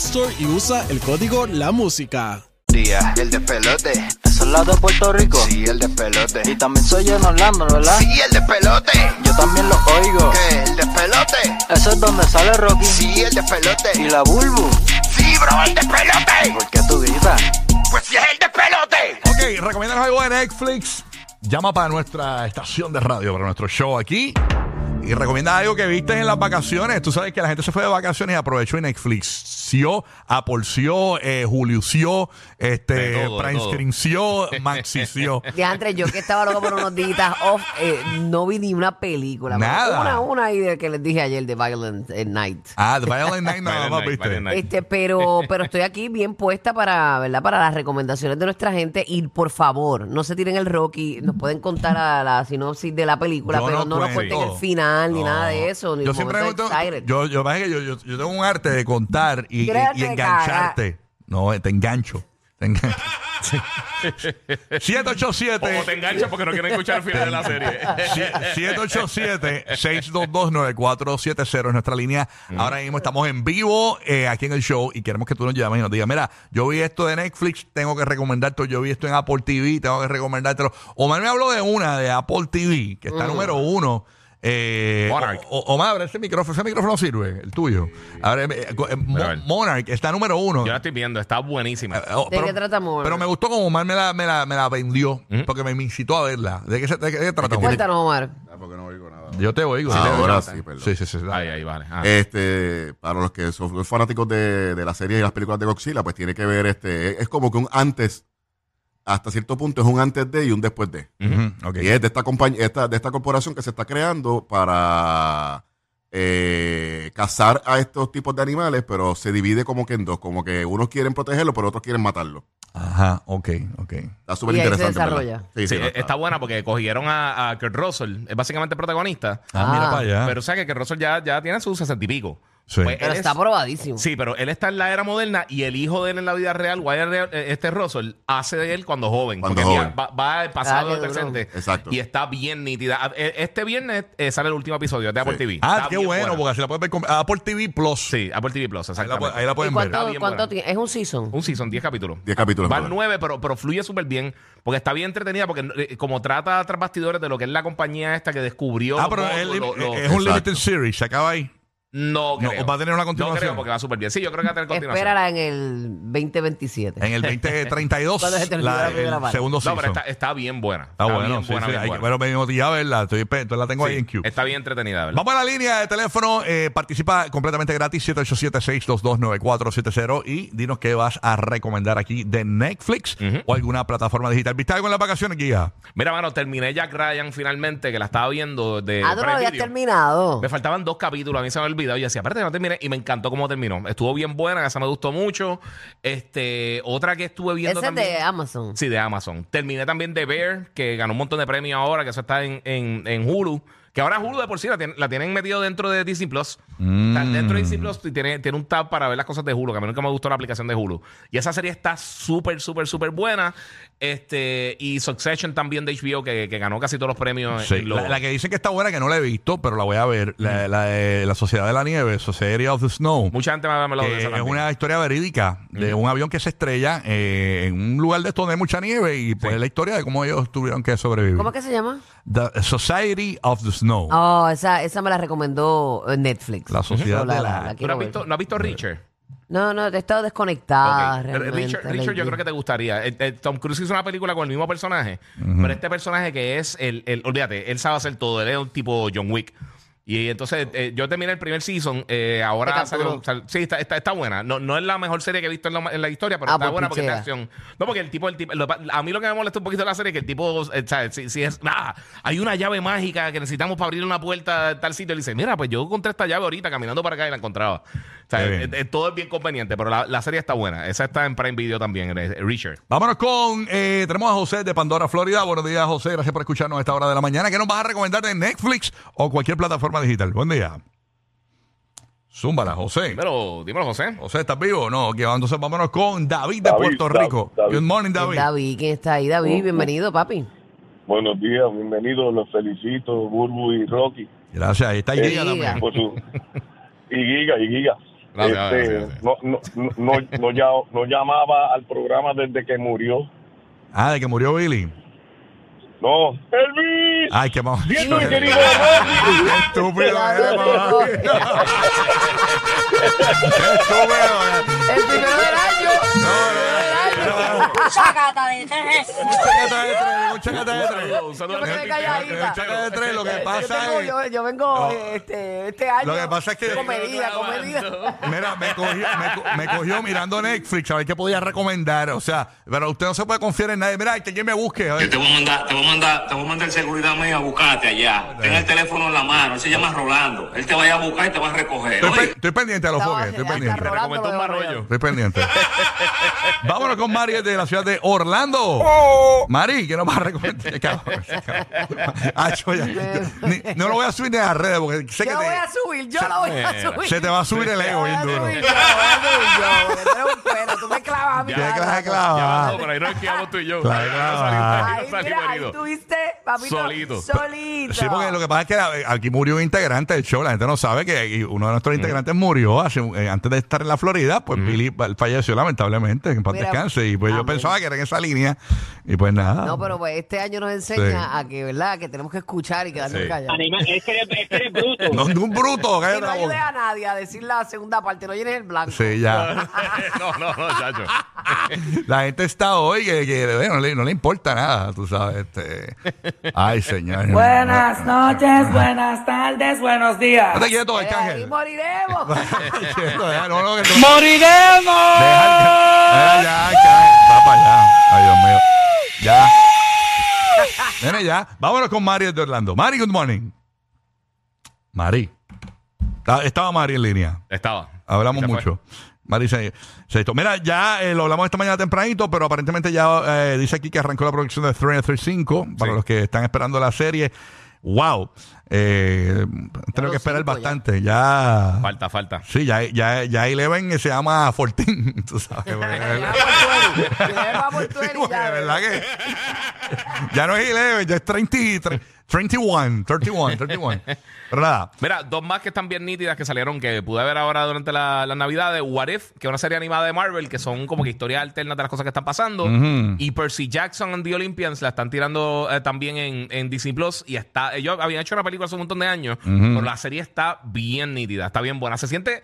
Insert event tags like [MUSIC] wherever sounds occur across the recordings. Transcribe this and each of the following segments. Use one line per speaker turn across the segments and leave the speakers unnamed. Store y usa el código La Música.
Día, el de pelote.
Eso es la de Puerto Rico.
Sí, el de pelote.
Y también soy en Orlando, ¿verdad?
Sí, el de pelote.
Yo también lo oigo.
¿Qué? El de pelote.
Eso es donde sale Rocky.
Sí, el de pelote.
Y la Bulbu.
Sí, bro, el de pelote.
¿Por qué tú gritas?
Pues sí, es el de pelote.
Ok, recomiéndanos algo de Netflix. Llama para nuestra estación de radio, para nuestro show aquí. Y recomienda algo que viste en las vacaciones. Tú sabes que la gente se fue de vacaciones y aprovechó y Netflixió, Apolció, eh, Juliució,
De
este,
todo, de [LAUGHS]
Prainscrinció, Maxició.
De Andrés, yo que estaba loco por unos días off, eh, no vi ni una película. mano.
Nada.
Una, una ahí de que les dije ayer de Violent eh, Night.
Ah, The Violent Night nada más
Violent Night,
viste.
Violent Night.
Este, pero, pero estoy aquí bien puesta para, ¿verdad? Para las recomendaciones de nuestra gente. Y por favor, no se tiren el Rocky. Nos pueden contar a la sinopsis de la película,
Yo
pero
no
no, nos
cuento.
cuenten el final ni
No.
nada de eso. Ni
Yo
el
siempre
momento
tengo-
excited.
yo, yo, pasa que yo, yo- yo tengo un arte de contar y, y-
Créate,
y engancharte. No, eh, te engancho. Te [LAUGHS]
[LAUGHS]
engancho. 787.
O te enganchas porque no quieren escuchar el final de la [LAUGHS] serie.
787-622-9470 es nuestra línea. Ahora mismo estamos en vivo eh, aquí en el show y queremos que tú nos llames y nos digas, mira, yo vi esto de Netflix, tengo que recomendártelo, yo vi esto en Apple TV, tengo que recomendártelo. Omar me habló de una, de Apple TV, que está número uno. Eh,
Monarch.
O- o- Omar, abre ese micrófono, ese micrófono sirve, el tuyo. Abre, eh, co- eh, Mo-
Mira, a ver.
Monarch está número uno.
Yo la estoy viendo, está buenísima.
Eh, oh,
¿De qué trata Monarch?
Pero me gustó como Omar me la, me la, me la vendió,
Ujú.
porque me, me incitó a verla. ¿De qué, se, Mm. de qué trata Omar?
Cuéntanos, Omar.
Yo te oigo.
Ah,
sí te oigo.
ahora sí, perdón.
Sí, sí, sí. sí.
Ahí, ahí, vale.
eh,
Ah.
Este, para los que son fanáticos de, de la serie y las películas de Godzilla, pues tiene que ver este, es- es como que un antes, hasta cierto punto es un antes de y un después de.
Ujú, ok.
Y es de esta compañía, esta, de esta corporación que se está creando para eh, cazar a estos tipos de animales, pero se divide como que en dos, como que unos quieren protegerlos, pero otros quieren matarlos.
Ajá, ok, ok.
Está súper
Y ahí se
interesante. ¿verdad?
desarrolla.
Sí, sí,
Sí,
no,
eh,
ah.
está buena porque cogieron a, a Kurt Russell, es básicamente el protagonista.
Ah, mira
Ah.
para allá.
Pero sabe que Kurt Russell ya, ya tiene sus sesenta y pico.
Sí.
Pues
Pero
él
está
es-
probadísimo.
Sí, pero él está en la era moderna y el hijo de él en la vida real, Wyatt Re- eh, este Russell, hace de él cuando joven.
Cuando
porque
joven.
Va, va del pasado
Ah,
al
qué duro.
presente.
Exacto.
Y está bien nítida. Ah, eh, Este viernes eh, sale el último episodio de Apple
Sí.
TV.
ah,
eh, Está
qué
bien
bueno,
buena.
porque así la puedes ver con- ah, por TV Plus.
Sí, Apple TV Plus,
Ahí la,
exactamente.
pu- ahí la
¿Y
pueden ver.
Está
cuánto,
bien
cuánto
buena.
tiene? ¿Es un season?
Un season, 10 capítulos.
10 capítulos,
Van
vale.
9, pero, pero fluye súper bien. Porque está bien entretenida, porque eh, como trata tras bastidores de lo que es la compañía esta que descubrió.
Ah,
los
pero
monos,
es,
lo- lo-
es un
Exacto.
limited series, se acaba ahí.
No,
No,
creo.
¿va a tener una
No creo,
continuación?
porque va súper bien. Sí, yo creo que va a tener continuación.
Espérala en el 2027.
[LAUGHS]
En el 2032,
Cuando se termina la
la,
primera
el
parte.
segundo
No,
season.
pero está, está bien buena.
Está bueno,
bien
sí,
buena,
sí.
bien
hay que-
buena.
Pero me motiva a verla, estoy, pe- entonces la tengo ahí en
Sí,
queue.
Está bien entretenida, ¿verdad?
Vamos a la línea de teléfono, eh, participa completamente gratis, 787-622-9470 y dinos qué vas a recomendar aquí de Netflix
Ujú.
o alguna plataforma digital. ¿Viste algo en las vacaciones, Guía?
Mira, mano, terminé Jack Ryan finalmente, que la estaba viendo
Eh,
de.
ah, tú no lo
Prime
habías
Video.
terminado.
Me faltaban dos capítulos, a mí se me había olvidado. Y yo decía, aparte no terminé. Y me encantó cómo terminó. Estuvo bien buena, esa me gustó mucho. Este, otra que estuve viendo
Ese es
también.
de Amazon.
Sí, de Amazon. Terminé también de Bear, que ganó un montón de premios ahora, que eso está en, en, en Hulu. Que ahora Hulu de por sí la, tienen- la tienen metido dentro de Disney Plus. Está
Mm.
dentro de Disney Plus y tiene, tiene un tab para ver las cosas de Hulu, que a mí nunca me gustó la aplicación de Hulu. Y esa serie está súper, súper, súper buena. Este, y Succession también de HBO, que, que ganó casi todos los premios.
Sí,
en los-
la, la que dicen que está buena, que no la he visto, pero la voy a ver. La, la de la Sociedad de la Nieve, Society of the Snow.
Mucha gente me ha hablado de
que
esa
es
también.
una historia verídica de un avión que se estrella eh, en un lugar de esto donde hay mucha nieve y pues la historia de cómo ellos tuvieron que sobrevivir.
¿Cómo es que se llama?
The Society of the Snow.
Oh, esa, esa me la recomendó eh, Netflix.
La sociedad
Yo
de la-
¿Tú no
quiero
has
ver.
visto, no has visto Richard?
No, no, he estado
Ok. Eh,
Eh,
desconectada.
Richard,
Ah, realmente,
Richard
la
yo
idea.
creo que te gustaría. Eh, eh, Tom Cruise hizo una película con el mismo personaje, pero este personaje que es el, el- olvídate, él sabe hacer todo, él es un tipo John Wick. Y entonces eh, yo terminé el primer season. eh, ahora
Te
salió,
capturó.
sal- sí, está, está, está buena. No, no es la mejor serie que he visto en la, en la historia, pero
Ah,
está
pues,
buena porque es de
pichea.
acción. No, porque el tipo, el tipo lo- a mí lo que me molesta un poquito de la serie es que el tipo, eh, ¿sabes? Si, si es, ah, hay una llave mágica que necesitamos para abrir una puerta de tal sitio, y le dice, mira, pues yo encontré esta llave ahorita caminando para acá y la encontraba. O sea,
Qué
eh,
bien.
eh, todo es bien conveniente, pero la, la serie está buena. Esa está en Prime Video también, eh, Richard.
Vámonos con, eh, tenemos a José de Pandora, Florida. Buenos días, José. Gracias por escucharnos a esta hora de la mañana. ¿Qué nos vas a recomendar de Netflix o cualquier plataforma digital? Buen día. Zúmbala, José.
Dímelo, dímelo, José.
José, ¿estás vivo? o No, ok, entonces vámonos con David de
David,
Puerto
David,
Rico.
David.
Good morning,
David.
David. Uh,
¿quién está ahí? David, bienvenido, papi.
Buenos días, bienvenidos, los felicito, Burbu y Rocky,
Gracias, ahí está Giga
Giga.
también.
por su... y Giga, y Giga.
Gracias,
Este,
gracias, gracias.
No, no, no, no ya- no llamaba al programa desde que murió.
Ah, de que murió Billy.
No,
Ah,
Elvis,
Ay, qué mamá.
siendo mi querido Rocky.
Qué estúpido eres, mamá. [LAUGHS] Qué estúpido eh. eres.
El primero del año.
Sácate de tres.
Un chacata de tres, un chacata de tres.
Un saludo.
Yo me quedé calladita.
Un chacata de tres, lo que pasa
yo, tengo-
es...
yo- yo vengo
No.
eh, este, este año.
Lo que pasa es que-
Comedida, comedida.
Mira, me cogió, me, co- me cogió mirando Netflix a ver qué podía recomendar. O sea, pero usted no se puede confiar en nadie. Mira, que alguien me busque. a ver.
Yo te voy a mandar, te voy a mandar, te voy a mandar seguridad mía a buscarte allá. Ten el teléfono en la mano, él se llama Rolando. Él te va a ir a buscar y te va a recoger.
Estoy,
Oye.
pe- estoy pendiente a los
Estaba-
foques, estoy
estaba
pendiente.
Rolando
Recomendó un
lo veo.
marrollo.
Estoy pendiente. Vámonos con Mari desde la ciudad de Orlando.
Oh.
Mari, que no vas a recomendar. [LAUGHS] Cabrón, cabrón. Ah, yo ya- yo- ni- no lo voy a subir ni a las redes porque sé
Yo
que
lo voy a
te, Eh,
subir, yo lo voy a subir.
se te va a subir el ego bien
Yo lo
duro.
voy a subir yo, lo voy a subir yo, porque tú eres un cuero, tú me clavas a mí.
Ya,
cada
claro,
rato.
claro.
Ya, no, pero ahí nos esquivamos tú y yo.
Ah. Claro,
Ahí no
claro.
salimos- ahí
Ahí,
no salimos
mira, ahí
heridos.
tuviste, papito,
Solito.
solito.
Sí, porque lo que pasa es que la- aquí murió un integrante del show. La gente no sabe que y uno de nuestros integrantes murió hace, eh, antes de estar en la Florida. Pues Billy fa- falleció lamentablemente, en paz
Mira,
descanse. Y pues yo
amén.
pensaba que era en esa línea. Y pues nada.
No, pero pues este año nos enseña
Sí.
a que, ¿verdad? Que tenemos que escuchar y quedarnos
Sí.
callados.
es que eres, bruto.
No, de un
[LAUGHS]
bruto. cállate
Y no
la
ayudes
boca.
a nadie a decir la segunda parte, no llenes el blanco.
Sí, ya.
[LAUGHS] no, no, no, chacho.
La gente está hoy que, que, eh, no, le, no le importa nada, tú sabes. Este. Ay, señor. [LAUGHS]
Buenas noches, buenas tardes, buenos días.
No te quieto,
Eh, ahí
Arcángel. [LAUGHS]
moriremos.
Quieto, ya, no, no, que te-
¡Moriremos!
Deja, ya, Arcángel. Va para allá. Ay, Dios mío. Ya. Mira, ya. Vámonos con Mari de Orlando. Mari, good morning. Mari. Ta- Estaba Mari en línea.
Estaba.
Hablamos
Ya fue.
mucho. Mari se, se esto. Mira, ya eh, lo hablamos esta mañana tempranito, pero aparentemente ya eh, dice aquí que arrancó la producción de 335 para
Sí.
los que están esperando la serie. ¡Wow! Eh, tengo
los
que esperar
cinco ya.
bastante. Ya.
Falta, falta.
Sí, ya, ya, ya Eleven se llama Fortín. [LAUGHS] Tú sabes.
Ya, [LAUGHS]
Porque-
por tu- ya, ya, por tu-
Sí, porque
ya,
de verdad que [LAUGHS] ya no es 11, ya es 33, 31, 31, 31. Pero nada,
Mira, dos más que están bien nítidas que salieron que pude ver ahora durante la, las navidades. What If, que es una serie animada de Marvel, que son como que historias alternas de las cosas que están pasando. Y Percy Jackson and the Olympians la están tirando eh, también en, en Disney Plus. Y está, ellos habían hecho una película hace un montón de años, pero la serie está bien nítida, está bien buena. Se siente.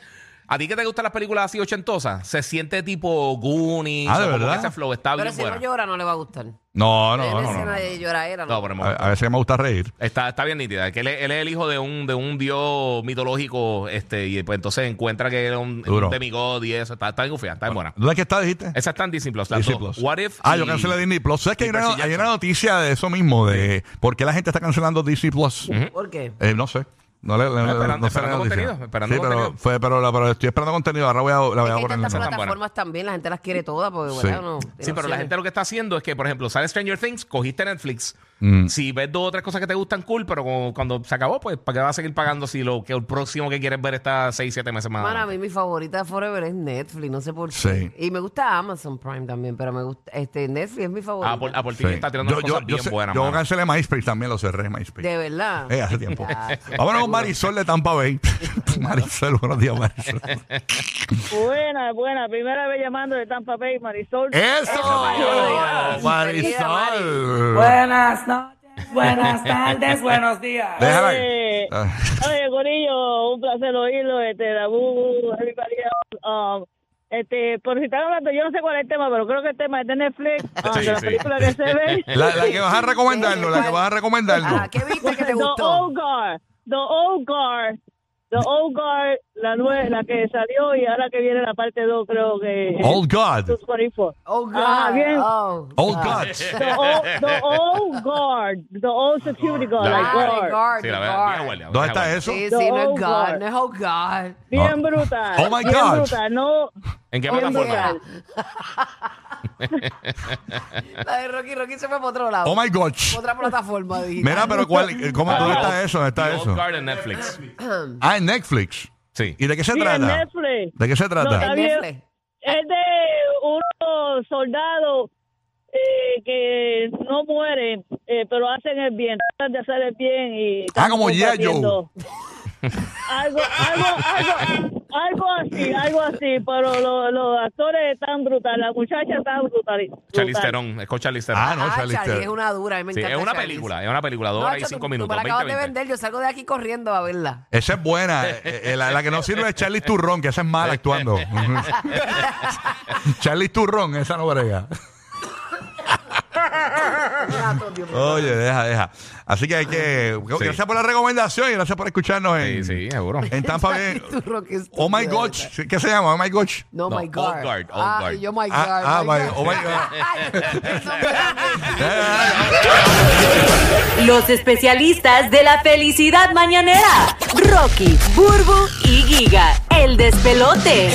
A ti que te gustan las películas así ochentosas, se siente tipo Goonies,
Ah, ¿de
o como
verdad?
que ese flow está
Pero
bien
si
buena.
no llora, no le va a gustar.
no,
Hay
no,
una
no. no,
escena
no.
de lloradera,
No,
no.
por el
A,
momento.
a veces me gusta reír.
Está, está bien nítida. Que él, es- él es el hijo de un, de un dios mitológico, este, y pues entonces encuentra que era un,
Duro.
un demigod y eso. Está, está bien gufía, está bien buena.
¿Dónde es que está, dijiste?
Esa está en Disney Plus. las
Disney
dos.
Plus.
What if?
Ah, yo
y-
cancelé Disney Plus. ¿Sabes que hay
y
una,
Percy
hay
Jackson.
una noticia de eso mismo? De por qué la gente está cancelando Disney Plus.
¿Por qué?
Eh, no sé. No le, le-
Ah, esperando-
no sé la noticia.
esperando contenido, esperando
sí, pero,
contenido.
fue, pero, la- pero estoy esperando contenido. Ahora voy a, la voy
Es
a
que hay
poner en
tantas
la-
plataformas también, la gente las quiere todas, porque,
Sí.
¿verdad? No,
Sí, pero la gente lo que está haciendo es que, por ejemplo, sale Stranger Things, cogiste Netflix.
Mm.
Si ves dos o tres cosas que te gustan, cool, pero como cuando se acabó, pues, ¿para qué vas a seguir pagando si lo que el próximo que quieres ver está seis, siete meses más?
Bueno, a
adelante?
mí mi favorita forever es Netflix, no sé por qué.
Sí.
Y me gusta Amazon Prime también, pero me gusta este Netflix es mi favorita.
Ah, por, ah, por ti
Sí.
está tirando unas cosas bien
sé-
buenas.
yo
mano.
cancelé MySpace también, lo cerré MySpace.
De verdad.
Eh, hace
[LAUGHS]
tiempo.
Ya, sí.
Vámonos con Marisol de Tampa
[LAUGHS]
Bay. Marisol, buenos días, Marisol.
Buena, buena, primera vez llamando de Tampa Bay, Marisol.
Eh,
¡Eso! Marisol.
Buenas noches, buenas tardes, buenos días.
Déjala.
Eh.
Oye,
Ah,
oye, Corillo, un placer oírlo, este, Dabu, everybody else, um, este, por si están hablando, yo no sé cuál es el tema, pero creo que el tema es de Netflix, um,
Sí,
de la
sí.
película que se ve.
La, la que vas a recomendarnos, la que vas a recomendarnos.
[LAUGHS]
Ah, ¿Qué viste que te
The
gustó?
Old Guard. The Old Guard. The Old Guard, la, nue- la que salió y ahora que viene la parte 2, creo que.
Old God.
244.
Oh, God.
Ah, bien.
Oh,
Old
God.
God.
The old, the old guard, the old security guard,
La-
like
God,
guard.
guard,
Sí, la
the
verdad,
guard.
bien abuela,
¿Dónde
bien
está
abuela.
eso?
Sí,
The
sí, no es
old
God,
guard.
no es oh God.
Bien brutal.
Oh, my
bien
God.
brutal. No,
¿En qué
Bien
plataforma?
brutal.
[LAUGHS] La de Rocky, Rocky se fue por otro lado.
Oh my gosh.
Otra plataforma digital.
Mira, pero ¿cuál, eh, cómo, ¿dónde está eso? ¿Dónde
The
está
Old
eso?
Guard en Netflix.
Ah, en Netflix.
Sí.
¿Y de qué se
sí, en
trata?
Netflix.
¿De qué se
está
trata?
En
bien.
Netflix.
es de unos soldados eh, que no mueren, eh, pero hacen el bien, tratan de hacer el bien y...
Ah, como G.I. Joe.
combatiendo. Algo, algo, algo, algo así, algo así, pero lo- los actores están brutales, la muchacha está brutal.
Charlize
brutal.
Theron. Es con Charlize Theron.
Ah,
Ah,
no,
Charlie,
Charlize
es
Theron.
una dura. a mí me
Sí,
encanta
es una
Charlize.
película, es una película, dos
No,
horas y
chacho,
cinco
tú- tú
minutos.
me la
20,
acabas
20.
de vender, yo salgo de aquí corriendo a verla.
Esa es buena. Eh, eh, la, la que no sirve es Charlie Turrón, que esa es mala actuando. Charlie Turrón, esa no brega.
[LAUGHS]
Oye, deja, deja. Así que hay que. Gracias por la recomendación y gracias por escucharnos en,
Sí, sí,
[LAUGHS]
seguro.
en Tampa Bay.
Tú, Rocky, estúpido,
Oh my
de
God.
verdad.
¿Qué se llama? Oh my God.
No,
No,
my
Old
God.
Guard, Old
ah,
Guard.
y yo, my God.
Ah, ah, my- oh my [LAUGHS]
[LAUGHS]
É,
Los especialistas de la felicidad mañanera. Rocky, Burbu y Giga. El despelote.